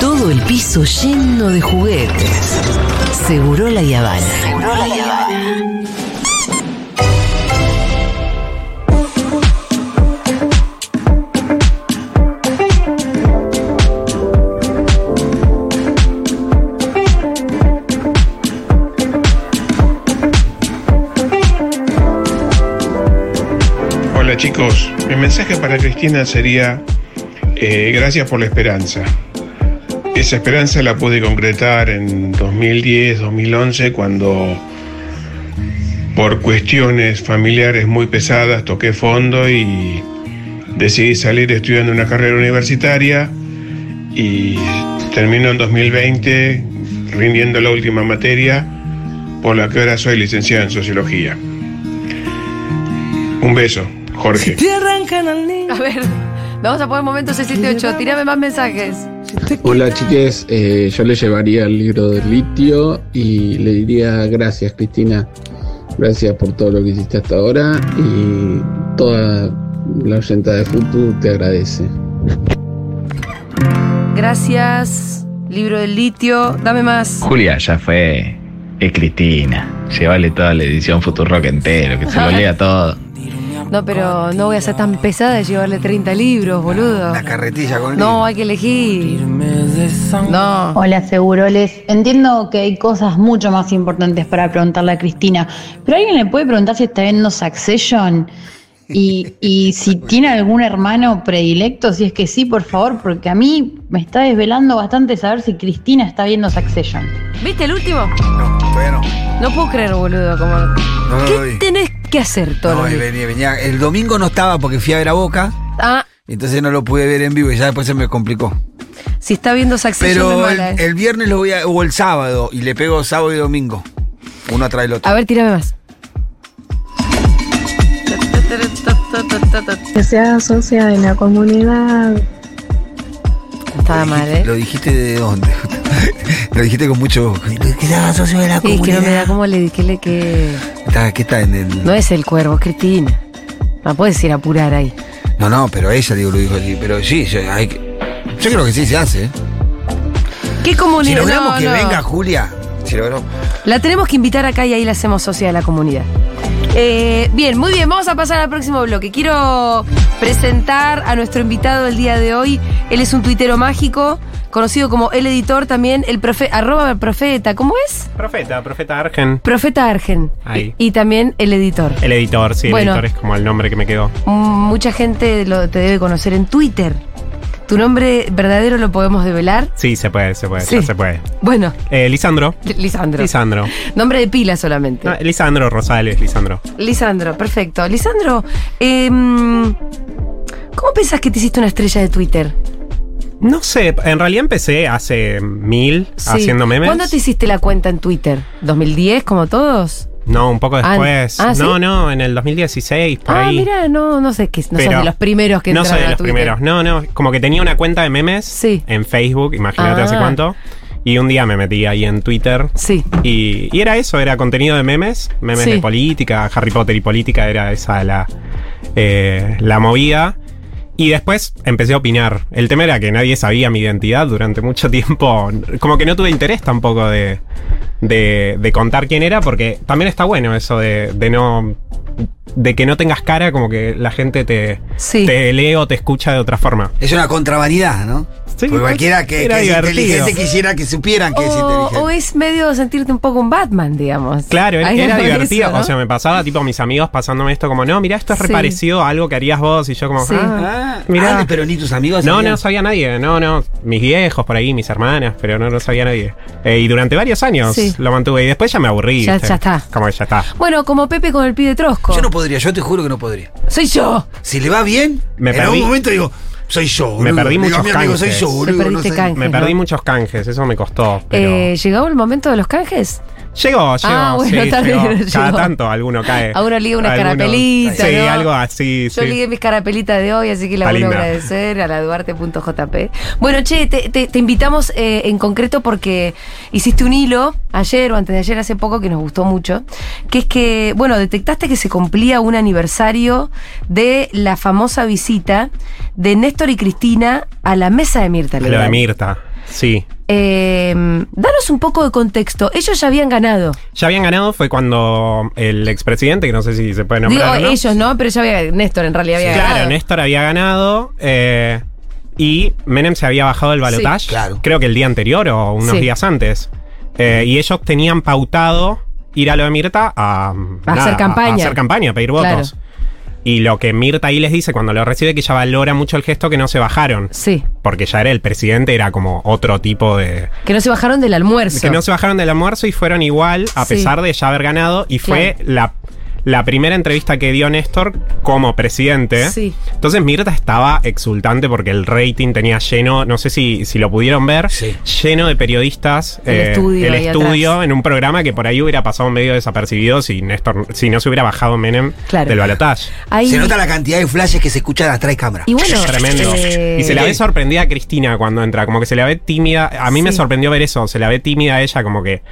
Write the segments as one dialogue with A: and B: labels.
A: todo el piso lleno de juguetes. Seguro la Yavana. Seguro la Yavana.
B: Hola chicos, mi mensaje para Cristina sería eh, gracias por la esperanza. Esa esperanza la pude concretar en 2010, 2011, cuando por cuestiones familiares muy pesadas toqué fondo y decidí salir estudiando una carrera universitaria y terminó en 2020 rindiendo la última materia por la que ahora soy licenciado en sociología. Un beso, Jorge.
C: Te arrancan al niño.
D: A ver, vamos a poner momento 68. Tírame más mensajes.
E: Hola chiques, Eh, yo le llevaría el libro de litio y le diría gracias Cristina, gracias por todo lo que hiciste hasta ahora y toda la oyenta de Futu te agradece.
D: Gracias. Libro del litio. Dame más.
F: Julia ya fue. Es Cristina. Llévale toda la edición Futurock entero, que se lo lea todo.
D: No, pero no voy a ser tan pesada de llevarle 30 libros, boludo.
G: La carretilla con el
D: No, hay que elegir. No.
H: Hola, Seguroles. Entiendo que hay cosas mucho más importantes para preguntarle a Cristina, pero ¿alguien le puede preguntar si está viendo Succession? Y, y si tiene algún hermano predilecto, si es que sí, por favor, porque a mí me está desvelando bastante saber si Cristina está viendo Succession.
D: ¿Viste el último?
G: No, todavía no.
D: No puedo creer, boludo. Como...
G: No lo
D: ¿Qué
G: vi.
D: tenés que hacer todo
G: No,
D: los
G: y
D: días?
G: venía, venía. El domingo no estaba porque fui a ver a Boca,
D: Ah,
G: entonces no lo pude ver en vivo y ya después se me complicó.
D: si está viendo Succession, me
G: Pero el,
D: mala, eh.
G: el viernes lo voy a, o el sábado, y le pego sábado y domingo. Uno atrás del otro.
D: A ver, tírame más.
I: Que sea socia de la comunidad.
D: Estaba mal, ¿eh?
G: ¿Lo dijiste de dónde? lo dijiste con mucho. ¿Qué tal, socio de la
D: Sí, es que no me da
G: comunidad?
D: como le dije le que.
G: Está- ¿Qué está en el.?
D: No es el cuervo, es Cristina. No puedes ir a apurar ahí.
G: No, no, pero ella digo, lo dijo así. Pero sí, yo, hay que- yo creo que sí se hace. ¿eh?
D: ¿Qué
G: Si
D: comunidad?
G: logramos
D: No,
G: que
D: no.
G: venga Julia, si logramos.
D: La tenemos que invitar acá y ahí la hacemos socia de la comunidad. Eh, bien, muy bien, vamos a pasar al próximo bloque. Quiero presentar a nuestro invitado del día de hoy. Él es un tuitero mágico, conocido como el editor también, el profe, arroba profeta, ¿cómo es?
J: Profeta, Profeta Argen.
D: Profeta Argen.
J: Ahí.
D: Y también el editor.
J: El editor, sí,
D: Bueno.
J: el editor es como el nombre que me quedó.
D: Mm, Mucha gente lo- te debe conocer en Twitter. ¿Tu nombre verdadero lo podemos develar?
J: Sí, se puede, se puede,
D: Sí.
J: ya se puede.
D: Bueno,
J: Eh, Lisandro.
D: Lisandro.
J: Lisandro.
D: Nombre de pila solamente.
J: No, Lisandro Rosales, Lisandro.
D: Lisandro, perfecto. Lisandro, em, ¿cómo pensás que te hiciste una estrella de Twitter?
J: No sé, en realidad empecé hace mm, mil
D: Sí.
J: haciendo memes.
D: ¿Cuándo te hiciste la cuenta en Twitter? ¿2010 como todos?
J: No, un poco
D: Ah,
J: después.
D: ah, ¿sí?
J: No, no, en el 2016, por
D: ah,
J: ahí.
D: mira, no, no sé, que no sos
J: Pero
D: de los primeros que
J: no soy
D: entraron
J: de
D: a
J: los
D: Twitter.
J: primeros. No, no. Como que tenía una cuenta de memes
D: Sí.
J: en Facebook, imagínate
D: Ah.
J: hace cuánto. Y un día me metí ahí en Twitter.
D: Sí.
J: Y, y era eso, era contenido de memes, memes
D: Sí.
J: de política, Harry Potter y política era esa la, eh, la movida. Y después empecé a opinar. El tema era que nadie sabía mi identidad durante mucho tiempo. Como que no tuve interés tampoco de, de, de contar quién era, porque también está bueno eso de, de no. de que no tengas cara, como que la gente te,
D: Sí.
J: te lee o te escucha de otra forma.
G: Es una contravanidad, ¿no?
J: Sí,
G: Porque cualquiera que,
J: era
G: que es
J: divertido.
G: inteligente quisiera que supieran que es
D: O, o
G: inteligente.
D: es medio sentirte un poco un Batman, digamos.
J: Claro, era,
D: Hay
J: era
D: algo de
J: divertido.
D: eso, ¿no?
J: O sea, me pasaba tipo mis amigos pasándome esto como, no, mira, esto es
D: Sí.
J: reparecido a algo que harías vos. Y yo como,
D: Sí.
J: ah,
G: mirá.
J: mirá.
G: pero ni tus amigos.
J: no,
G: sabían.
J: no sabía nadie. No, no. Mis viejos por ahí, mis hermanas, pero no lo sabía nadie. Eh, y durante varios años
D: Sí.
J: lo mantuve. Y después ya me aburrí.
D: Ya-
J: ¿viste?
D: ya está.
J: Como que ya está.
D: Bueno, como Pepe con el pie de trosco.
G: Yo no podría, yo te juro que no podría.
D: Soy yo.
G: Si le va bien,
J: Me
G: en
J: perdí.
G: algún momento digo, soy yo, boludo.
J: Me perdí
G: Digo,
J: muchos
G: "Mi amigo, soy
J: canjes.
G: yo,
J: Me
G: boludo. no
D: perdiste
G: soy-".
D: canjes.
J: Me
D: Ajá.
J: perdí muchos canjes, eso me costó. Pero
D: Eh, ¿Llegó el momento de los canjes?
J: Llegó, llegó.
D: Ah, bueno,
J: sí,
D: está bien,
J: llegó. Cada
D: llegó.
J: tanto alguno cae.
D: A uno liga una
J: Alguno-
D: escarapelita,
J: Sí,
D: ¿no?
J: algo así.
D: Yo
J: sí.
D: ligué mis carapelitas de hoy, así que la
J: Está
D: vuelvo a
J: linda.
D: agradecer a la duarte.jp. Bueno, che, te, te- te invitamos eh, en concreto porque hiciste un hilo ayer o antes de ayer, hace poco, que nos gustó mucho, que es que, bueno, detectaste que se cumplía un aniversario de la famosa visita de Néstor y Cristina a la mesa de Mirta
J: Lo de
D: Legrand.
J: Mirta. Sí.
D: Eh, danos un poco de contexto. Ellos ya habían ganado.
J: Ya habían ganado, fue cuando el expresidente, que no sé si se puede
D: Digo,
J: nombrar. o no.
D: ellos no, pero ya había. Néstor en realidad había
J: Claro,
D: ganado.
J: Néstor había ganado eh, y Menem se había bajado el balotaje.
G: claro.
J: Creo que el día anterior o unos
D: Sí.
J: días antes. Eh, y ellos tenían pautado ir a lo de Mirta a,
D: hacer campaña.
J: A, hacer campaña, a pedir
D: Claro.
J: votos. Y lo que Mirta ahí les dice cuando lo recibe, que ella valora mucho el gesto que no se bajaron.
D: Sí.
J: Porque ya era el presidente, era como otro tipo de,
D: Que no se bajaron del almuerzo.
J: que no se bajaron del almuerzo y fueron igual, a
D: Sí.
J: pesar de ya haber ganado. Y fue la, la primera entrevista que dio Néstor como presidente.
D: Sí.
J: Entonces Mirta estaba exultante porque el rating tenía lleno, no sé si, si lo pudieron ver,
G: Sí.
J: lleno de periodistas. eh,
D: El estudio
J: el
D: ahí
J: estudio
D: atrás.
J: en un programa que por ahí hubiera pasado medio desapercibido si Néstor, si no se hubiera bajado Menem
D: Claro.
J: del balotaje.
D: Ahí-
G: Se nota la cantidad de flashes que se escuchan atrás de cámara.
D: Y bueno.
J: Tremendo.
D: eh,
J: y se la ve sorprendida a Cristina cuando entra, como que se la ve tímida. A mí me
D: Sí.
J: sorprendió ver eso, se la ve tímida a ella, como que.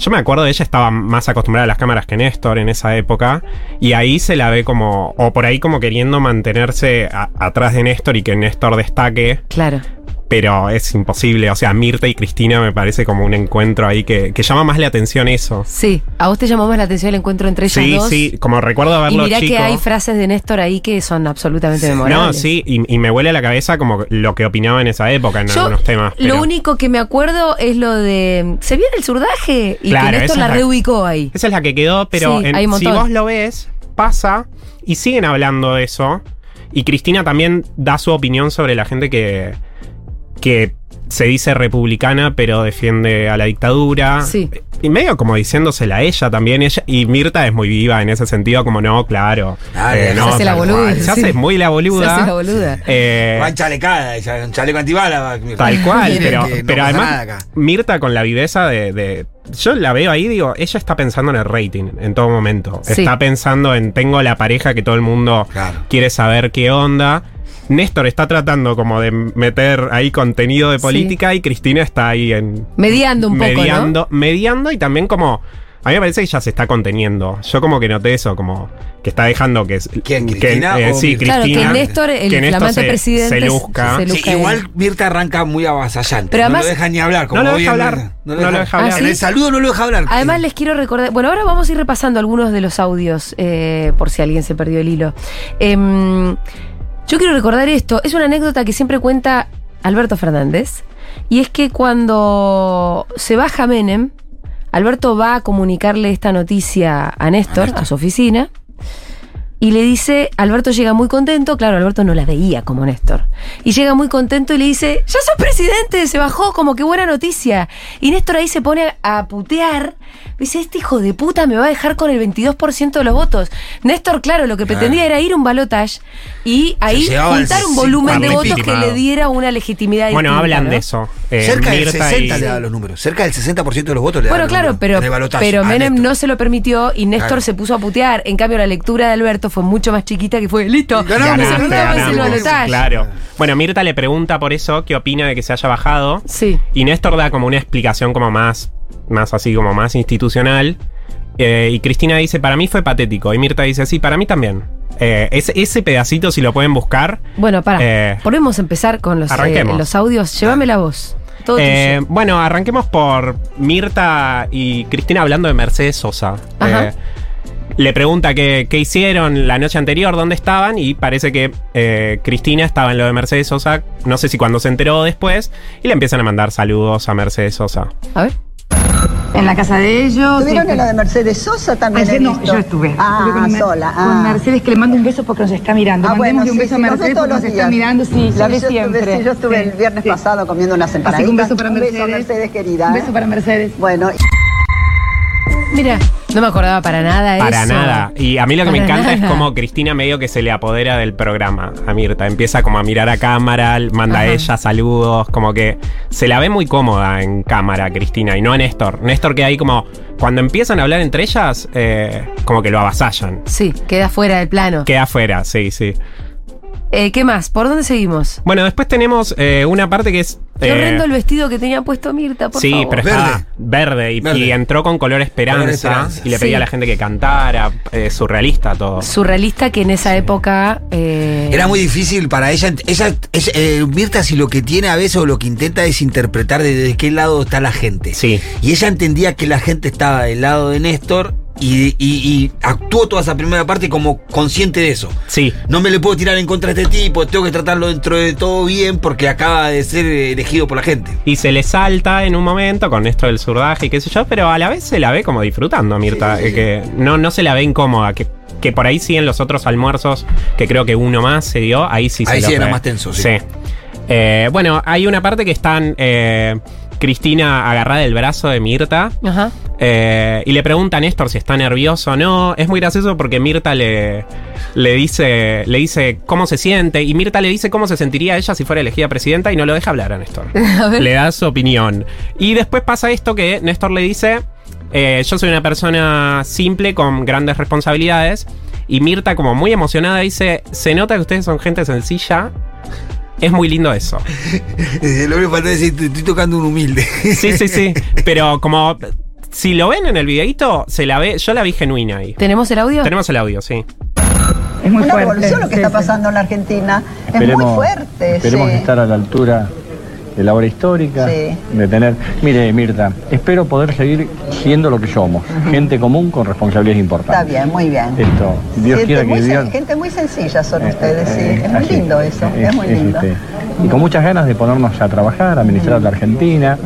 J: Yo me acuerdo de ella estaba más acostumbrada a las cámaras que Néstor en esa época. Y ahí se la ve como. O por ahí como queriendo mantenerse a- atrás de Néstor y que Néstor destaque.
D: Claro.
J: Pero es imposible. O sea, Mirta y Cristina me parece como un encuentro ahí que, que llama más la atención eso.
D: Sí. A vos te llamó más la atención el encuentro entre ellos
J: Sí,
D: dos.
J: sí, como recuerdo
D: Y
J: haberlo
D: mirá
J: chico.
D: que hay frases de Néstor ahí que son absolutamente memorables.
J: no, sí, y, y me huele a la cabeza como lo que opinaba en esa época en
D: Yo
J: algunos temas.
D: Lo
J: pero-
D: único que me acuerdo es lo de. ¿Se vio el surdaje? Y
J: Claro,
D: que Néstor
J: esa
D: la
J: es la-
D: reubicó ahí.
J: Esa es la que quedó, pero
D: Sí,
J: en-
D: hay un
J: si
D: montón.
J: vos lo ves, pasa y siguen hablando de eso. Y Cristina también da su opinión sobre la gente que, que se dice republicana, pero defiende a la dictadura.
D: Sí.
J: Y medio como diciéndosela a ella también. Ella, y Mirta es muy viva en ese sentido, como no, claro. eh,
G: Claro,
J: no,
D: se hace la
J: tal
D: boluda,
J: cual. Se
D: sí.
J: hace muy la boluda.
D: Se hace la boluda.
J: Eh,
G: Van chalecada, ella, un chaleco antibala.
J: Tal cual,
G: Miren
J: pero,
G: que no
J: pero
G: pasa nada
J: además
G: acá.
J: Mirta con la viveza de, de- Yo la veo ahí, digo, ella está pensando en el rating en todo momento.
D: Sí.
J: Está pensando en tengo la pareja que todo el mundo
G: Claro.
J: quiere saber qué onda. Néstor está tratando como de meter ahí contenido de
D: Sí.
J: política y Cristina está ahí en...
D: Mediando un poco,
J: mediando, mediando y también como... A mí me parece que ella se está conteniendo. Yo como que noté eso, como que está dejando que...
G: ¿Quién,
J: que-
G: Cristina
J: eh,
G: o
J: sí,
G: Mirta?
D: ¿no?
J: Cristina.
D: claro, que Néstor, el
J: que Néstor
D: flamante
J: se-
D: presidente.
J: se luzca.
D: se
J: Sí,
G: Sí,
D: luzca
G: igual
D: ahí.
G: Mirta arranca muy avasallante.
D: eh. Pero
G: no
D: además-
G: lo deja ni hablar. Como
J: No lo
G: hoy
J: deja
G: en-
J: hablar. No lo deja
D: ¿Ah,
J: hablar.
D: sí?
G: En el saludo no lo deja hablar.
D: Además, les quiero recordar. Bueno, ahora vamos a ir repasando algunos de los audios, eh, por si alguien se perdió el hilo. Em, yo quiero recordar esto. Es una anécdota que siempre cuenta Alberto Fernández. Y es que cuando se baja Menem, Alberto va a comunicarle esta noticia a Néstor, a su oficina. Y le dice, Alberto llega muy contento, claro, Alberto no la veía como Néstor. Y llega muy contento y le dice, ya sos presidente, se bajó, como que buena noticia. Y Néstor ahí se pone a putear, dice, este hijo de puta me va a dejar con el 22% de los votos. Néstor, claro, lo que pretendía era ir a un balotage y ahí
G: llevaba el
D: juntar un volumen de
J: 50 y
D: votos que
J: pitimado.
D: le diera una legitimidad.
J: Bueno,
D: distinta,
J: hablan
D: ¿no?
J: de eso. Eh,
G: Cerca del
J: Mirta
G: 60
J: y-
G: le da los números. Cerca del 60% de los votos le da
D: Bueno,
G: los
D: claro,
G: números
D: pero,
G: en el balotaje
D: pero
G: a
D: Menem
G: Néstor.
D: no se lo permitió y Néstor
G: Claro.
D: se puso a putear. En cambio, la lectura de Alberto fue mucho más chiquita que fue, listo, nos
G: Ganamos,
J: Ganaste,
D: olvidamos
G: ganamos,
D: el balotaje.
J: Claro. Bueno, Mirta le pregunta por eso qué opina de que se haya bajado.
D: Sí.
J: Y Néstor da como una explicación como más, más así, como más institucional. Eh, y Cristina dice, para mí fue patético. Y Mirta dice, sí, para mí también. Eh, ese, ese pedacito, si lo pueden buscar.
D: Bueno, para.
J: Eh,
D: Podemos empezar con los, eh,
J: arranquemos.
D: los audios. Llévame la voz. Todo
J: Eh, bueno, arranquemos por Mirta y Cristina hablando de Mercedes Sosa.
D: Ajá.
J: Eh, le pregunta qué, qué hicieron la noche anterior, dónde estaban, y parece que eh, Cristina estaba en lo de Mercedes Sosa, no sé si cuando se enteró o después, y le empiezan a mandar saludos a Mercedes Sosa.
D: tuyo. A ver.
I: En la casa de ellos.
C: ¿Tuvieron en la de Mercedes Sosa también?
I: Ayer
C: he
I: no,
C: visto?
I: yo estuve.
C: Ah,
I: Estuve con Mer-
C: sola. ah.
I: Con Mercedes, que le mando un beso porque nos está mirando.
C: Ah, bueno,
I: Mandémosle un
C: sí,
I: beso
C: sí,
I: a
C: nos ve
I: Mercedes
C: todos
I: porque nos
C: los
I: está
C: días.
I: mirando. Sí,
C: Sí,
I: la ve
C: yo
I: siempre.
C: Estuve, sí, yo estuve
I: Sí,
C: el viernes
I: sí.
C: pasado comiendo unas
I: Así
C: empanaditas.
I: que un beso para Mercedes.
C: Un beso, Mercedes, querida.
I: Un
C: ¿eh?
I: beso para Mercedes.
C: Bueno,
D: Mira, no me acordaba para nada
J: Para
D: eso.
J: nada. Y a mí lo que me
D: Para
J: encanta es
D: nada.
J: como Cristina medio que se le apodera del programa a Mirta. Empieza como a mirar a cámara, manda
D: Ajá.
J: a ella saludos, como que se la ve muy cómoda en cámara Cristina y no a Néstor. Néstor queda ahí como, cuando empiezan a hablar entre ellas, eh, como que lo avasallan.
D: Sí, queda fuera del plano.
J: Queda afuera, sí, sí.
D: Eh, ¿Qué más? ¿Por dónde seguimos?
J: Bueno, después tenemos eh, una parte que es.
D: Qué
J: eh,
D: horrendo el vestido que tenía puesto Mirta, por
J: sí,
D: favor.
J: pero estaba verde, y,
G: Verde.
J: y entró con color esperanza,
G: Color esperanza.
J: y le pedía
D: Sí.
J: a la gente que cantara, eh, surrealista todo.
D: Surrealista que en esa época. eh,
G: Era muy difícil para ella. ella es- eh, Mirta, si lo que tiene a veces o lo que intenta es interpretar de, de qué lado está la gente.
J: Sí.
G: Y ella entendía que la gente estaba del lado de Néstor y, y- y actuó toda esa primera parte como consciente de eso.
J: Sí.
G: No me le puedo tirar en contra de este tipo, tengo que tratarlo dentro de todo bien porque acaba de ser elegido por la gente.
J: Y se le salta en un momento con esto del surdaje y qué sé yo, pero a la vez se la ve como disfrutando a Mirta, eh, que no, no se la ve incómoda, que, que por ahí sí en los otros almuerzos, que creo que uno más se dio, ahí sí se
G: Ahí
J: lo
G: sí era
J: ve.
G: más tenso, sí.
J: Eh, bueno, hay una parte que están eh, Cristina agarrada del brazo de Mirta.
D: Ajá.
J: Eh, y le pregunta a Néstor si está nervioso o no. Es muy gracioso porque Mirta le, le, dice, le dice cómo se siente. Y Mirta le dice cómo se sentiría ella si fuera elegida presidenta y no lo deja hablar a Néstor. le da su opinión. Y después pasa esto que Néstor le dice, eh, yo soy una persona simple con grandes responsabilidades. Y Mirta como muy emocionada dice, se nota que ustedes son gente sencilla. Es muy lindo eso.
G: Lo único que falta es decir, "Te estoy tocando un humilde.
J: Sí, sí, sí. Pero como... Si lo ven en el videíto, se la ve, yo la vi genuina ahí.
D: ¿Tenemos el audio?
J: Tenemos el audio, sí.
I: Es muy
C: Una
I: fuerte.
C: revolución lo que
I: sí,
C: está
I: sí.
C: pasando en la Argentina. es muy
K: Esperemos-
C: fuerte.
K: Esperemos
C: sí.
K: estar a la altura de la obra histórica,
C: Sí.
K: de tener... Mire, Mirta, espero poder seguir siendo lo que somos, gente común con responsabilidades
C: Está
K: importantes.
C: bien, muy bien.
K: Esto, Dios
C: Gente
K: quiera
C: muy
K: que
C: sen-
K: Dios...
C: Gente muy sencilla son
K: eh,
C: ustedes, sí.
K: eh,
C: Es muy
K: así,
C: lindo eso, es, muy lindo.
K: este, Y con muchas ganas de ponernos a trabajar, a administrar la Argentina,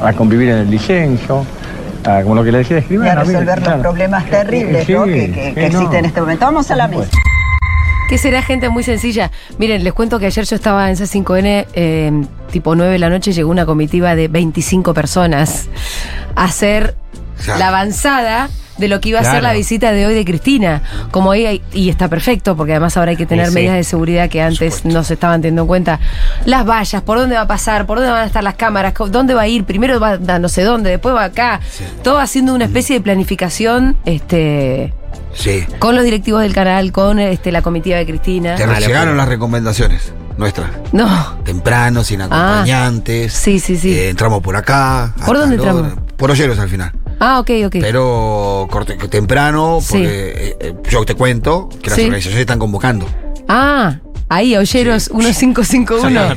K: a convivir en el disenso, a, como lo que le decía, escribir...
C: Y a resolver los
K: Eh,
C: problemas terribles ¿no? que, que- que existen en este momento. Vamos a la mesa.
D: ¿Qué será gente muy sencilla? Miren, les cuento que ayer yo estaba en C5N, eh, tipo 9 de la noche, llegó una comitiva de 25 personas a hacer
G: Ya.
D: la avanzada de lo que iba a ser
J: Ah. Claro.
D: la visita de hoy de Cristina. Como hoy, hay- y está perfecto, porque además ahora hay que tener
J: sí.
D: medidas de seguridad que antes no se estaban teniendo en cuenta. Las vallas, por dónde va a pasar, por dónde van a estar las cámaras, co- dónde va a ir, primero va a no sé dónde, después va acá. Todo haciendo una especie de planificación, este.
G: Sí.
D: Con los directivos del canal, con este, la comitiva de Cristina.
G: Te llegaron las recomendaciones nuestras.
D: No.
G: Temprano, sin acompañantes.
D: Ah, Sí, sí, sí.
G: Eh, entramos por acá.
D: ¿Por
G: hasta
D: dónde
G: el otro-
D: entramos?
G: Por Olleros al final.
D: ah, ok, ok.
G: Pero corte- temprano,
D: Sí.
G: porque eh, eh, yo te cuento que las
D: Sí.
G: organizaciones están convocando.
D: ah, ahí, Olleros 1551.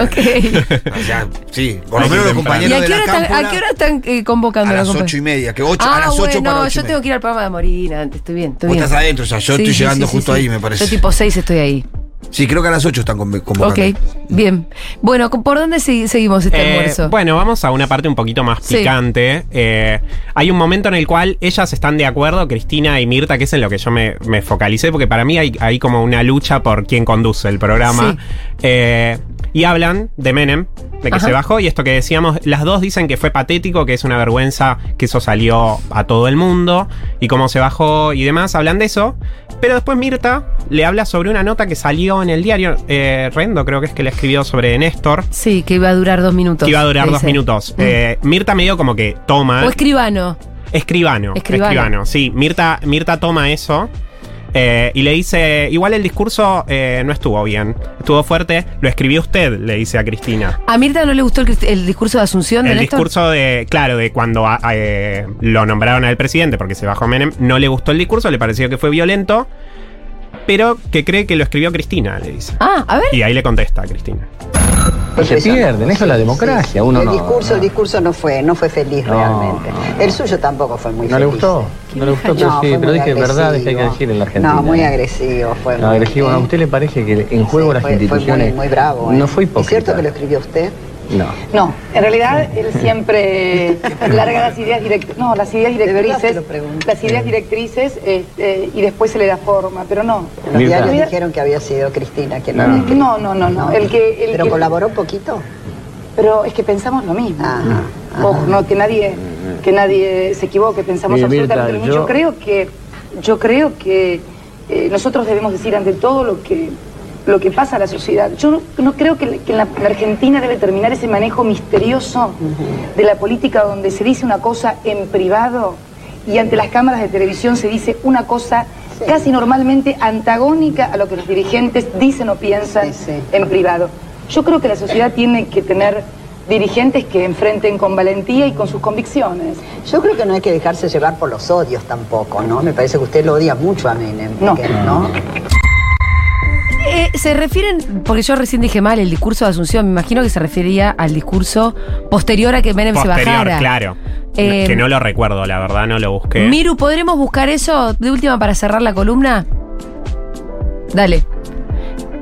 D: Ok.
G: O sea, sí, por lo
J: Hay que
G: menos los
J: temprano.
D: ¿Y
G: compañeros
D: a
G: de
D: qué hora
G: la
D: están,
G: cámpora
D: a qué hora están eh, convocando
G: a
D: la
G: las
D: compa-
G: ocho y media, que ocho,
D: Ah,
G: a las ocho
D: bueno,
G: para ocho
D: yo
G: y
D: tengo
G: media.
D: que ir al programa de Morina antes, estoy bien, estoy
G: Vos
D: bien.
G: estás adentro, o sea, yo estoy llegando justo ahí, me parece.
D: Yo tipo 6 estoy ahí.
G: Sí, creo que a las ocho están conv-
D: Ok,
G: convocando.
D: bien. Bueno, ¿con- ¿por dónde segui- seguimos este
J: Eh,
D: almuerzo?
J: bueno, vamos a una parte un poquito más
D: Sí.
J: picante. Eh, hay un momento en el cual ellas están de acuerdo, Cristina y Mirta, que es en lo que yo me, me focalicé, porque para mí hay, hay como una lucha por quién conduce el programa.
D: Sí.
J: Eh, y hablan de Menem, de que
D: Ajá.
J: se bajó, y esto que decíamos, las dos dicen que fue patético, que es una vergüenza, que eso salió a todo el mundo, y cómo se bajó y demás, hablan de eso. Pero después Mirta le habla sobre una nota que salió en el diario eh, Rendo, creo que es que le escribió sobre Néstor.
D: Sí, que iba a durar dos minutos.
J: Que iba a durar
D: te
J: dos
D: dice.
J: minutos.
D: Mm.
J: Eh, Mirta medio como que toma.
D: O escribano.
J: escribano,
D: Escribano.
J: escribano. Sí, Mirta, Mirta toma eso. eh, y le dice, igual el discurso eh, no estuvo bien, estuvo fuerte, lo escribió usted, le dice a Cristina.
D: ¿A Mirta no le gustó el, crist- el discurso de Asunción de
J: El
D: Néstor?
J: discurso de, claro, de cuando a- a, eh, lo nombraron al presidente porque se bajó Menem, no le gustó el discurso, le pareció que fue violento, pero que cree que lo escribió Cristina, le dice.
D: Ah, a ver.
J: Y ahí le contesta a Cristina.
K: No se pierden, eso es la
C: Sí,
K: democracia,
C: sí.
K: uno
C: el
K: no-
C: discurso,
K: no.
C: el discurso no fue, no fue feliz
K: No,
C: realmente.
K: no.
C: El suyo tampoco fue muy
K: ¿No le
C: feliz.
K: gustó? No le gustó, pero
C: No,
K: sí,
C: fue
K: pero
C: muy
K: dije verdades que hay que
C: agresivo.
K: decir en la Argentina.
C: No, muy agresivo fue.
K: No,
C: muy-
K: agresivo, ¿a
C: eh.
K: usted le parece que en juego
C: Sí,
K: las
C: fue-
K: instituciones
C: Fue muy, muy bravo. eh.
K: no fue hipócrita?
C: ¿Es cierto que lo escribió usted?
K: No.
I: No, en realidad él siempre larga las ideas directrices. No, las ideas
C: verdad te
I: directrices.
C: lo pregunto.
I: Las ideas directrices este, y después se le da forma, pero no.
C: Los
K: Mirta.
C: diarios dijeron que había sido Cristina quien lo
K: No.
C: había escrito.
I: No, no, no, no. El que, el
C: ¿Pero
I: que-
C: colaboró un poquito? Ah,
I: Pero es que pensamos lo mismo.
C: Ajá,
I: Ojo, no, que nadie,
C: Mm,
I: que nadie se equivoque, pensamos
K: Mire, Mirta,
I: absolutamente lo mismo. Yo...
K: yo-
I: creo que, yo creo que eh, nosotros debemos decir ante todo lo que lo que pasa a la sociedad. Yo no, no creo que, que en la, la Argentina debe terminar ese manejo misterioso de la política donde se dice una cosa en privado y ante las cámaras de televisión se dice una cosa casi normalmente antagónica a lo que los dirigentes dicen o piensan en privado. Yo creo que la sociedad tiene que tener dirigentes que enfrenten con valentía y con sus convicciones.
C: Yo creo que no hay que dejarse llevar por los odios tampoco, ¿no? Me parece que usted lo odia mucho a Menem. porque, No.
D: Eh, se refieren, porque yo recién dije mal el discurso de Asunción, me imagino que se refería al discurso posterior a que Menem se
J: Posterior,
D: bajara.
J: claro.
D: Eh,
J: que no lo recuerdo, la verdad, no lo busqué.
D: Miru, ¿podremos buscar eso de última para cerrar la columna? Dale.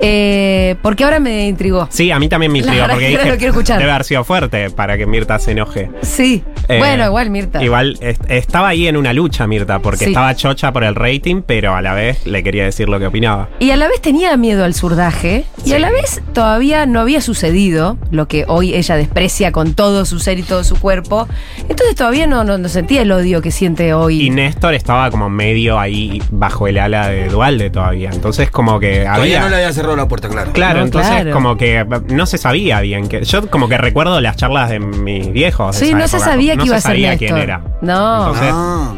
D: Eh, porque ahora me intrigó.
J: Sí, a mí también me
D: La
J: intrigó
D: verdad
J: porque
D: que no
J: dije
D: lo quiero escuchar.
J: debe haber sido fuerte para que Mirta se enoje.
D: Sí.
J: Eh,
D: bueno, igual, Mirta.
J: Igual est- estaba ahí en una lucha Mirta
D: Sí.
J: porque estaba chocha por el rating, pero a la vez le quería decir lo que opinaba.
D: Y a la vez tenía miedo al surdaje, ¿eh? y a la vez todavía no había sucedido lo que hoy ella desprecia con todo su ser y todo su cuerpo. Entonces todavía no, no, no sentía el odio que siente hoy.
J: Y Néstor estaba como medio ahí bajo el ala de Dualde todavía. Entonces como que
G: Todavía
J: había
G: no le había cerrado la puerta, claro.
J: Claro,
G: No,
J: entonces
G: claro.
J: como que eh, no se sabía bien que yo como que recuerdo las charlas de mis viejos. de
D: sí,
J: esa
D: no se
J: época,
D: sabía
J: no
D: que iba
J: se
D: a ser
J: sabía
D: Néstor.
J: quién era.
D: No.
J: Entonces,
G: Ah,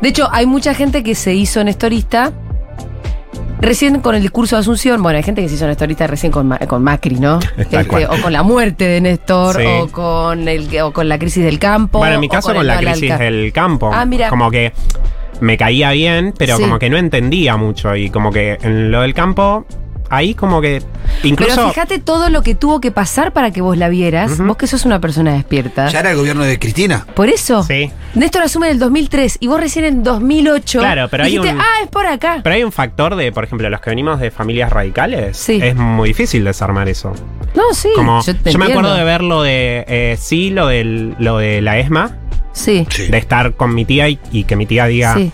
D: De hecho, hay mucha gente que se hizo nestorista. Recién con el discurso de Asunción, bueno, hay gente que se hizo nestorista recién con, Ma- con Macri, ¿no? Este,
J: Tal cual.
D: o con la muerte de Néstor,
J: Sí.
D: o, con el, o con la crisis del campo.
J: bueno, en mi
D: o
J: caso con,
D: el
J: la
D: no al
J: crisis
D: Alca-
J: del campo,
D: Ah, mira.
J: como que me caía bien, pero
D: Sí.
J: como que no entendía mucho y como que en lo del campo ahí como que incluso
D: Pero fíjate todo lo que tuvo que pasar para que vos la vieras. Vos que sos una persona despierta.
G: Ya era el gobierno de Cristina.
D: Por eso, Néstor asume en el 2003 y vos recién en 2008
J: Claro, pero hay
D: dijiste,
J: un-
D: ah, es por acá.
J: Pero hay un factor de, por ejemplo, los que venimos de familias radicales.
D: Sí.
J: Es muy difícil desarmar eso.
D: No, sí,
J: Como,
D: yo
J: yo,
D: te
J: me acuerdo
D: entiendo.
J: de ver lo de, eh, sí, lo, del, lo de la ESMA.
D: Sí.
J: De estar con mi tía y, y que mi tía diga,
D: Sí.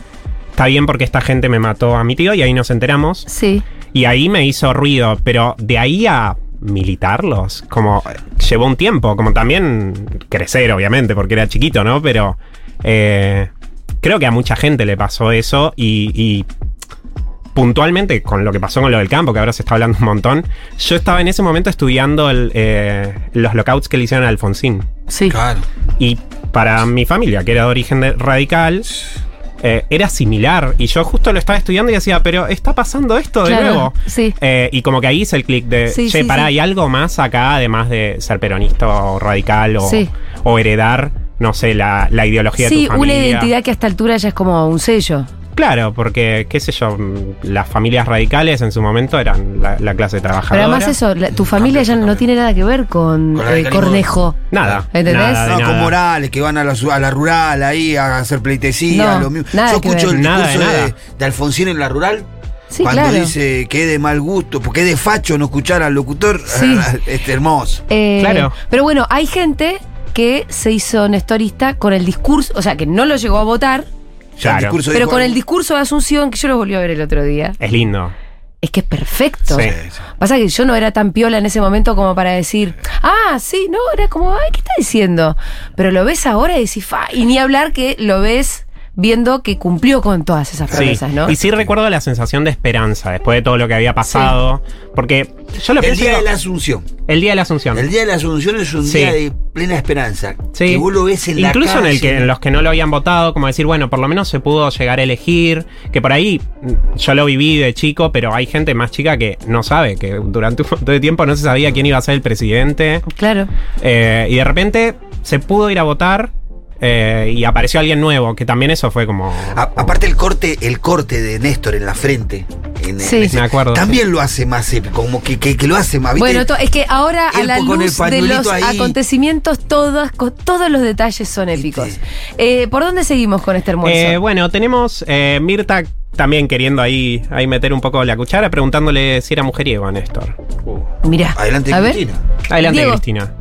J: está bien porque esta gente me mató a mi tío y ahí nos enteramos.
D: Sí.
J: Y ahí me hizo ruido, pero de ahí a militarlos, como eh, llevó un tiempo, como también crecer, obviamente, porque era chiquito, ¿no? Pero eh, creo que a mucha gente le pasó eso y, y puntualmente con lo que pasó con lo del campo, que ahora se está hablando un montón, yo estaba en ese momento estudiando el, eh, los lockouts que le hicieron a Alfonsín.
D: Sí.
G: Claro.
J: Y para mi familia, que era de origen de- radical, eh, era similar. Y yo justo lo estaba estudiando y decía, pero está pasando esto de
D: Claro,
J: nuevo.
D: Sí.
J: Eh, y como que ahí hice el clic de,
D: Sí,
J: che,
D: sí,
J: pará,
D: sí.
J: hay algo más acá, además de ser peronista o radical o,
D: Sí.
J: o heredar, no sé, la, la ideología de
D: Sí,
J: tu
D: una
J: familia.
D: identidad que a esta altura ya es como un sello.
J: Claro, porque, qué sé yo, mm, las familias radicales en su momento eran la, la clase
D: Pero
J: trabajadora.
D: además eso, la- tu familia ya no tiene nada que ver con,
J: Con
D: eh,
J: radicalismo.
D: Cornejo.
J: Nada.
D: ¿Entendés?
J: nada Ah, de
G: No, con
J: nada.
G: Morales, que van a la, su- a la rural ahí a hacer pleitesía,
D: No,
G: lo mismo.
D: nada
G: Yo
D: que
G: escucho
D: ver.
G: el
J: Nada de
G: discurso de,
J: nada.
G: de Alfonsín en la rural.
D: Sí,
G: cuando
D: claro.
G: dice que es de mal gusto, porque es de facho no escuchar al locutor,
D: Sí.
G: este hermoso.
D: Eh, Pero bueno, hay gente que se hizo nestorista con el discurso, o sea, que no lo llegó a votar,
J: Claro.
D: pero con el discurso de Asunción, que yo lo volví a ver el otro día.
J: Es lindo.
D: Es que es perfecto.
J: Sí.
D: Pasa que yo no era tan piola en ese momento como para decir, ah, sí, no, era como, ay, ¿qué está diciendo? Pero lo ves ahora y decís, fa, y ni hablar que lo ves viendo que cumplió con todas esas
J: Sí.
D: promesas, ¿no?
J: Y sí recuerdo la sensación de esperanza después de todo lo que había pasado. Porque yo lo
G: El
J: pienso y
G: día de
J: digo,
G: la Asunción.
J: El día de la Asunción.
G: El día de la Asunción es un
J: Sí.
G: día de plena esperanza.
J: Sí.
G: Que vos lo ves en la
J: Incluso en el que
G: calle.
J: en los que no lo habían votado, como decir, bueno, por lo menos se pudo llegar a elegir, que por ahí mm, yo lo viví de chico, pero hay gente más chica que no sabe, que durante un montón de tiempo no se sabía quién iba a ser el presidente.
D: Claro.
J: Eh, y de repente se pudo ir a votar eh, y apareció alguien nuevo, que también eso fue como...
G: A- aparte el corte, el corte de Néstor en la frente. en- en
D: Sí.
G: ese-
J: Me acuerdo,
G: También lo hace más épico, como que, que- que lo hace más. ¿viste?
D: Bueno, to- es que ahora a
G: Él
D: la
G: con el
D: luz de
G: pañuelito
D: los
G: ahí.
D: acontecimientos, todas, co- todos los detalles son épicos. Eh, ¿Por dónde seguimos con este almuerzo?
J: Eh, bueno, tenemos eh, Mirta también queriendo ahí, ahí meter un poco la cuchara, preguntándole si era mujeriego a Néstor.
D: Mirá.
G: Adelante,
D: A ver.
G: Cristina.
J: Adelante,
D: Diego.
J: Cristina.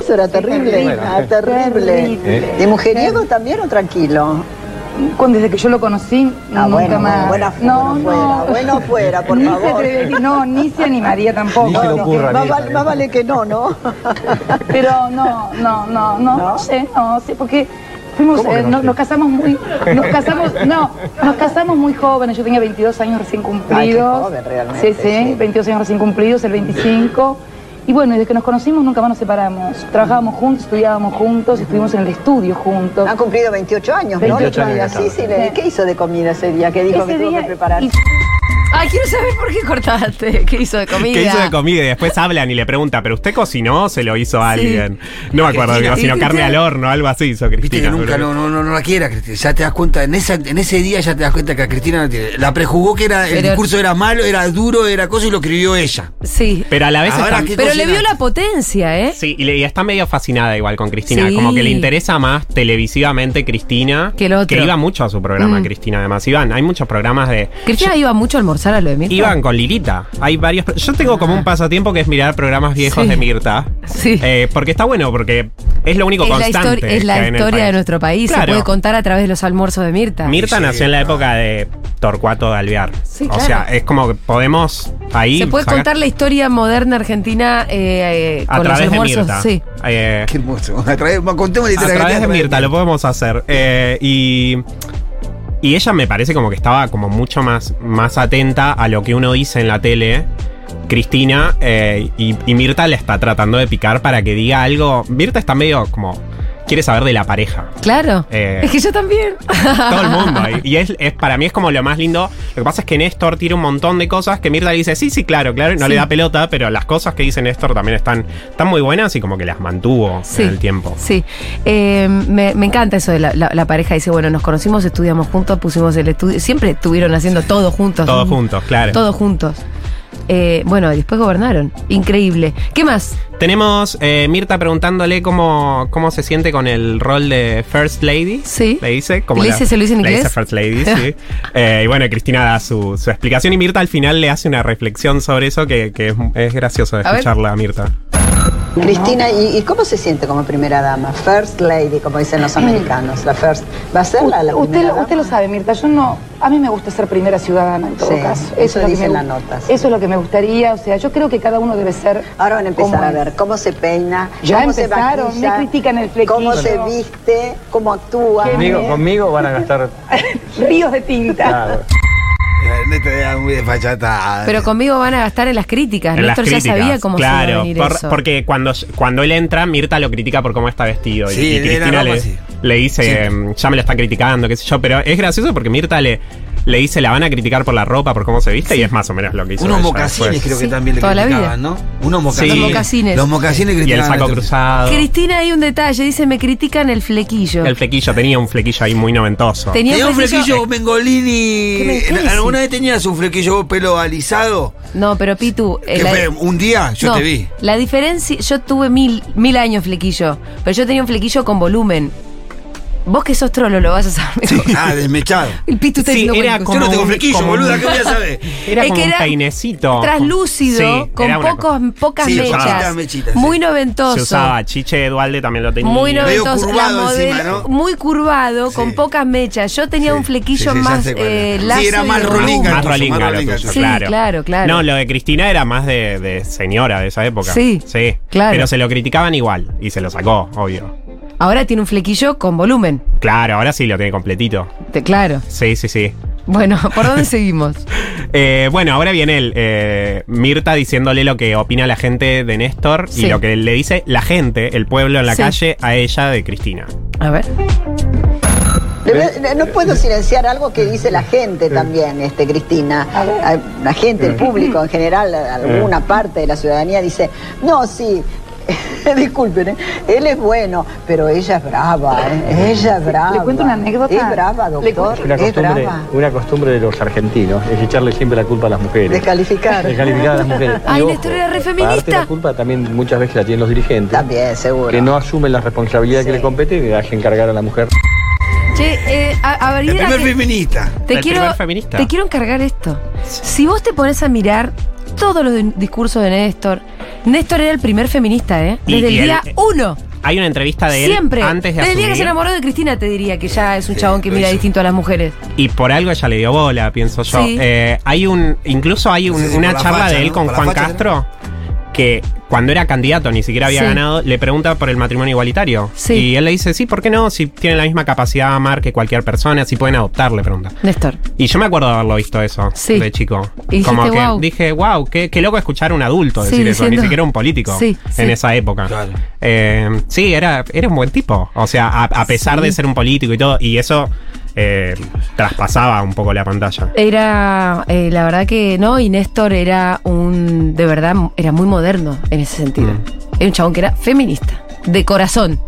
C: Eso era terrible,
I: Bueno,
C: ah, terrible.
I: terrible.
C: ¿De mujeriego también o tranquilo?
I: Cuando, desde que yo lo conocí,
C: Ah,
I: nunca
C: bueno,
I: más.
C: bueno,
I: no,
C: bueno, fuera,
I: no.
C: bueno fuera, por
I: Ni se
C: favor.
I: atrevería- no, ni se animaría tampoco.
C: No, no,
I: No,
C: más, vale, más vale que no, ¿no?
I: Pero no, no, no, no, no sé, no sé, porque fuimos,
C: ¿Cómo que
I: eh,
C: no
I: no-
C: sé?
I: nos casamos muy, nos casamos, no, nos casamos muy jóvenes, yo tenía 22 años recién cumplidos.
C: Ay, qué joven realmente,
I: Sí, sí, 22 años recién cumplidos, el 25. Y bueno, desde que nos conocimos nunca más nos separamos. Trabajábamos juntos, estudiábamos juntos, estuvimos en el estudio juntos.
C: Han cumplido 28 años, ¿no?
I: 28
C: El otro día,
I: años,
C: sí, sí,
I: claro.
C: le- ¿Qué hizo de comida ese día? Que dijo
D: Ese
C: que tuvo
D: día
C: que preparar.
D: Ay, quiero saber por qué cortaste. ¿Qué hizo de comida?
J: Que hizo de comida y después hablan y le pregunta, ¿pero usted cocinó o se lo hizo a alguien? No me acuerdo,
G: Cristina.
J: digo, sino carne al horno, algo así hizo
G: Viste
J: Cristina.
G: que nunca no, no, no, no la quiera, Cristina. Ya te das cuenta, en, esa, en ese día ya te das cuenta que a Cristina no tiene. La prejugó que era, el
D: Pero-
G: discurso era malo, era duro, era cosa y lo escribió ella.
D: Sí.
J: Pero a la vez
G: Ahora,
J: está-
G: ¿qué
D: Pero
G: cocina?
D: le vio la potencia, ¿eh?
J: Sí, y, le- y está medio fascinada igual con Cristina.
D: Sí.
J: Como que le interesa más televisivamente Cristina.
D: Que el otro.
J: Que iba mucho a su programa,
D: Mm.
J: Cristina, además. Iban, hay muchos programas de.
D: Cristina iba mucho a almorzar a lo de Mirta.
J: Iban con Lilita. Hay varios. pro- Yo tengo como un pasatiempo que es mirar programas viejos
D: Sí.
J: de Mirta.
D: Sí.
J: Eh, porque está bueno, porque es lo único
D: es la,
J: constante.
D: histori- es la
J: que hay en el
D: historia de
J: país.
D: nuestro país. Se
J: Claro.
D: puede contar a través de los almuerzos de Mirta.
J: Mirta nació en la época de Torcuato de Alvear.
D: Ah. Sí,
J: O
D: claro.
J: sea, es como que podemos ahí.
D: Se puede
J: sacar-
D: contar la historia moderna argentina eh, eh,
J: a
D: con los
J: través de
D: almuerzosos.
J: Mirta.
D: Sí.
J: Eh,
G: Qué hermoso. A través, bueno, contemos la
J: a
G: historia que
J: través
G: tiene
J: de Mirta, lo podemos hacer. Eh, y. Y ella me parece como que estaba como mucho más, más atenta a lo que uno dice en la tele. Cristina eh, y, y Mirta la está tratando de picar para que diga algo. Mirta está medio como. Quiere saber de la pareja.
D: Claro.
J: Eh,
D: Es que yo también.
J: todo el mundo. Y, y es, es- para mí es como lo más lindo. Lo que pasa es que Néstor tira un montón de cosas que Mirta le dice, sí, sí, claro, claro, y no
D: Sí.
J: le da pelota, pero las cosas que dice Néstor también están, están muy buenas y como que las mantuvo
D: Sí.
J: en el tiempo.
D: Sí, Eh, me, me encanta eso de la, la- la pareja. Dice, bueno, nos conocimos, estudiamos juntos, pusimos el estudio. Siempre estuvieron haciendo todo juntos.
J: Todos
D: Mm.
J: juntos, claro.
D: Todos juntos. Eh, bueno, después gobernaron. Increíble. ¿Qué más?
J: Tenemos eh, Mirta preguntándole cómo, cómo se siente con el rol de First Lady.
D: Sí.
J: Le dice, como
D: ¿Le dice- se lo dice en
J: le
D: inglés?
J: dice First Lady, sí. Eh, y bueno, Cristina da su, su explicación y Mirta al final le hace una reflexión sobre eso que, que es, es gracioso de
C: A ver.
J: escucharla a Mirta.
C: Cristina, ¿y, y cómo se siente como primera dama? First lady, como dicen
D: Mm.
C: los americanos. La first. ¿Va a ser la, la
I: Usted,
C: primera
I: lo- usted lo sabe, Mirta, yo no, a mí me gusta ser primera ciudadana en todo
C: Sí,
I: caso.
C: eso
I: es lo que
C: dice
I: me
C: la
I: gu-
C: nota, sí.
I: Eso es lo que me gustaría, o sea, yo creo que cada uno debe ser
C: Ahora van a empezar
I: como
C: a
I: es.
C: ver cómo se peina,
I: Ya
C: cómo
I: empezaron,
C: se maquilla,
I: me critican el flequillo.
C: cómo se viste, cómo actúa. ¿Eh?
K: Conmigo, conmigo van a gastar.
I: ríos de tinta.
K: Claro.
G: Néstor era este muy desfachatada.
D: Pero conmigo van a gastar en las críticas.
J: En las
D: Néstor ya
J: críticas,
D: sabía cómo se iba a
J: claro,
D: venir
J: por-
D: eso.
J: porque cuando, cuando él entra, Mirta lo critica por cómo está vestido. y-
G: Sí, él
J: y,
G: era
J: Cristina
G: ropa
J: le,
G: así.
J: le dice, em, ya me lo está criticando, qué sé yo. Pero es gracioso porque Mirta le, le dice, la van a criticar por la ropa, por cómo se viste, y es más o menos lo que hizo.
G: Unos
J: ella
G: mocasines
J: después.
G: creo que
D: Sí,
G: también le
D: toda la
G: criticaban,
D: vida.
G: ¿no? Unos mocasines.
J: Sí.
G: Los
D: mocasines.
J: Los
G: mocasines. Los mocasines
J: Y el
G: Cristina
J: saco
G: Néstor.
J: cruzado.
D: Cristina hay un detalle, dice, me critican el flequillo.
J: El flequillo, tenía un flequillo ahí muy noventoso.
D: Tenía
G: Tenía un flequillo
D: ¿Qué
G: Mengolini.
D: me- qué decís?
G: ¿Alguna vez tenías un flequillo pelo alisado?
D: No, pero Pitu... eh,
G: Que
D: la-
G: fue un día uh, yo
D: No,
G: te vi.
D: La diferencia, yo tuve mil, mil años flequillo, pero yo tenía un flequillo con volumen. Vos que sos trolo lo vas a saber. mejor.
G: Ah, desmechado.
D: El pito está
J: Sí,
D: diciendo
J: era
D: cualquier
J: como
G: Yo no tengo
J: un-
G: flequillo,
J: como
G: boluda,
J: un-
G: ¿qué voy a saber?
J: Era
D: Es
J: como
D: que
J: un
D: era
J: peinecito.
D: Traslúcido,
J: Sí,
D: con
J: era una
D: pocos, pocas
G: Sí,
D: mechas.
G: usaba las mechitas, sí.
D: muy
J: cosa.
D: noventoso.
J: Se usaba, Chiche Edualde también lo tenía.
D: Muy
G: Medio
D: noventoso.
G: curvado encima, ¿no?
D: Muy curvado, con
G: Sí.
D: pocas mechas. Yo tenía
G: Sí,
D: un flequillo
G: sí, sí, ya
D: más
G: sé cuál
D: eh,
G: era. Sí,
D: lacio
G: era
D: y
G: más
D: de
G: rolinga,
D: rumbo.
J: Más
G: tuyo,
J: rolinga
G: más
J: lo
G: rolinga
J: tuyo,
G: tuyo.
J: claro.
D: Sí, claro, claro.
J: No, lo de Cristina era más de, de señora de esa época.
D: Sí,
J: Sí.
D: claro.
J: Pero se lo criticaban igual y se lo sacó, obvio.
D: Ahora tiene un flequillo con volumen.
J: Claro, ahora sí lo tiene completito.
D: Te- claro.
J: Sí, sí, sí.
D: Bueno, ¿por dónde seguimos?
J: Eh, bueno, ahora viene el, eh, Mirta diciéndole lo que opina la gente de Néstor
D: Sí.
J: y lo que le dice la gente, el pueblo en la
D: Sí.
J: calle, a ella de Cristina.
D: A ver.
C: De ver- No puedo silenciar algo que dice la gente también, este, Cristina. Ah, La gente, el
J: Eh.
C: público en general, alguna parte de la ciudadanía dice, no, sí. Disculpen, ¿eh? él es bueno, pero ella es brava, ¿eh? ella es brava.
I: ¿Le cuento una anécdota?
C: Es brava,
I: Le cu-
C: doctor,
K: Una
C: es
K: costumbre,
C: brava.
K: una costumbre de los argentinos es echarle siempre la culpa a las mujeres.
C: Descalificar.
K: Descalificar a las mujeres.
D: Ay,
K: Y
D: Néstor era re feminista.
K: parte de la culpa también muchas veces la tienen los dirigentes.
C: También, seguro.
K: Que no asumen la responsabilidad que le compete y le dejan encargar a la mujer.
D: Che, eh, a, a ver,
G: El
D: Guida,
G: primer
D: que-
G: feminista.
D: Te
J: El
D: quiero,
J: primer feminista.
D: te quiero encargar esto. Si vos te pones a mirar todos los di- discursos de Néstor, Néstor era el primer feminista, ¿eh?
J: Y-
D: Desde
J: y
D: el
J: él-
D: día uno.
J: Hay una entrevista de él
D: Siempre.
J: antes de
D: Desde el día que se
J: asumir.
D: enamoró de Cristina, te diría que ya es un chabón que
G: lo
D: mira
G: hizo.
D: distinto a las mujeres.
J: Y por algo ella le dio bola, pienso yo.
D: Sí.
J: Eh, hay un. Incluso hay un-
G: No sé si
J: una
G: por la
J: charla
G: facha,
J: de él
G: ¿no?
J: con
G: Por la
J: Juan
G: facha,
J: Castro que cuando era candidato, ni siquiera había
D: Sí.
J: ganado, le pregunta por el matrimonio igualitario.
D: Sí.
J: Y él le dice, sí, ¿por qué no? Si tienen la misma capacidad de amar que cualquier persona, si pueden adoptar, le pregunta.
D: Néstor.
J: Y yo me acuerdo de haberlo visto eso
D: Sí.
J: de chico.
D: Y dijiste,
J: Como que
D: "Guau".
J: dije, wow, qué, qué loco escuchar a un adulto
D: Sí,
J: decir eso, ni
D: diciendo-
J: siquiera un político
D: Sí,
J: en
D: sí.
J: esa época. Eh, sí, era, era un buen tipo. O sea, a, a pesar de ser un político y todo, y eso eh, traspasaba un poco la pantalla.
D: Era, eh, la verdad que no, y Néstor era un, de verdad, era muy moderno en ese sentido. Era un chabón que era feminista, de corazón.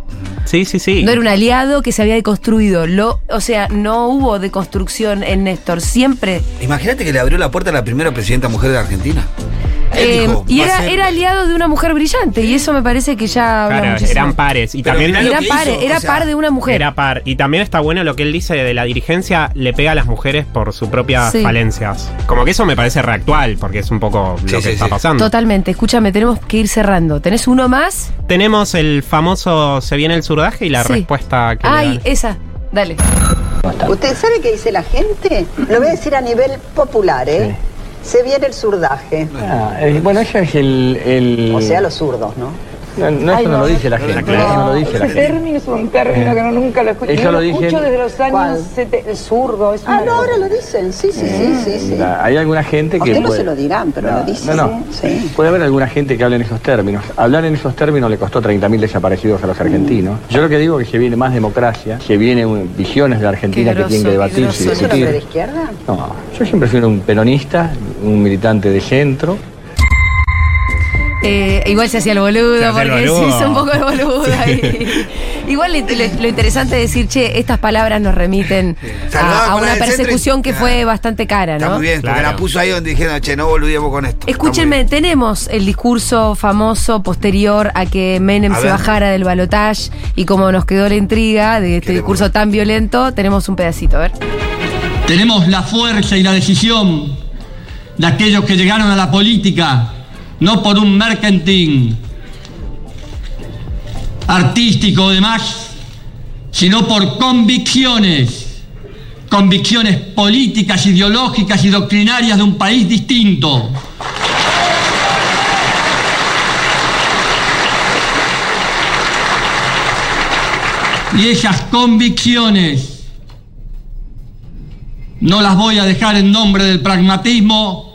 J: Sí, sí, sí.
D: No era un aliado que se había deconstruido. Lo, o sea, no hubo deconstrucción en Néstor. Siempre.
G: Imagínate que le abrió la puerta a la primera presidenta mujer de Argentina. Él
D: eh,
G: dijo,
D: y
G: "Va a
D: era,
G: ser-
D: era aliado de una mujer brillante, y eso me parece que ya habla
J: Claro,
D: muchísimo.
J: eran pares. Y
D: Pero
J: también
D: mirá lo Era que par, hizo, era o sea- par de una mujer.
J: Era par. Y también está bueno lo que él dice de la dirigencia le pega a las mujeres por sus propias
D: Sí.
J: falencias. Como que eso me parece reactual, porque es un poco lo que está pasando.
D: Totalmente. Escúchame, tenemos que ir cerrando. ¿Tenés uno más?
J: Tenemos el famoso se viene el surdaje y la
D: Sí.
J: respuesta que le
D: Ay, eh.
J: dan.
D: esa. Dale.
C: ¿Usted sabe qué dice la gente? Lo voy a decir a nivel popular, ¿eh? Se viene el surdaje.
K: Ah, eh, bueno, eso es el, el-
C: O sea, los zurdos, ¿no?
K: No, no, eso
C: Ay,
K: no,
C: no,
K: lo dice la
C: no,
K: gente.
C: no,
K: eso no lo dice
I: Ese
K: la gente.
I: término es un término que no, nunca lo escuché.
K: Eso
I: Yo
K: lo
I: lo, escucho
K: dije-
I: desde los años
C: ¿Cuál?
I: 70. El zurdo es
C: Ah,
I: una
C: no,
I: cosa.
C: ahora lo dicen, sí, sí, sí, sí, sí.
K: La- Ah, Hay alguna gente
C: A
K: que.
C: usted no
K: puede-
C: se lo dirán, pero lo dicen. ¿eh?
K: No, no.
C: Sí.
K: Puede haber alguna gente que hable en esos términos. Hablar en esos términos le costó 30.000 desaparecidos a los argentinos. Yo lo que digo es que se viene más democracia, que viene un- visiones de la Argentina que tienen que debatirse y
C: ¿Es un hombre de
K: discutir.
C: izquierda?
K: No, yo siempre fui un peronista, un militante de centro.
D: Eh, igual se hacía el boludo,
K: Se hacía el
D: porque
K: boludo.
D: se hizo un poco de boludo ahí. igual lo, lo- lo interesante es decir, che, estas palabras nos remiten a,
G: Salvada
D: a
G: con la
D: una
G: del centro y-
D: persecución que fue bastante cara, ¿no?
G: Está muy bien, porque la puso ahí donde dijeron, che, no volvíamos con esto.
D: Escúchenme, tenemos el discurso famoso posterior a que Menem
G: A
D: se
G: ver.
D: bajara del balotaje y como nos quedó la intriga de este discurso tan violento, tenemos un pedacito, a ver.
L: Tenemos la fuerza y la decisión de aquellos que llegaron a la política, no por un mercantil artístico o demás, sino por convicciones, convicciones políticas, ideológicas y doctrinarias de un país distinto. Y esas convicciones no las voy a dejar en nombre del pragmatismo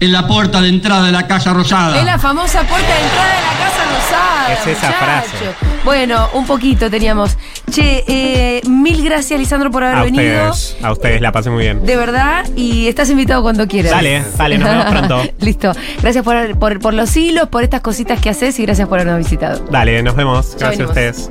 L: en la puerta de entrada de la Casa Rosada.
D: Es la famosa puerta de entrada de la Casa Rosada.
L: Es esa frase.
D: Bueno, un poquito teníamos. Che, eh, mil gracias, Lisandro, por haber
J: A
D: venido.
J: ustedes, a ustedes, la pasé muy bien.
D: De verdad, y estás invitado cuando quieras.
J: Dale, dale, nos vemos pronto.
D: Listo. Gracias por, por, por los hilos, por estas cositas que haces y gracias por habernos visitado.
J: Dale, nos vemos.
D: Ya
J: Gracias a
D: venimos.
J: ustedes.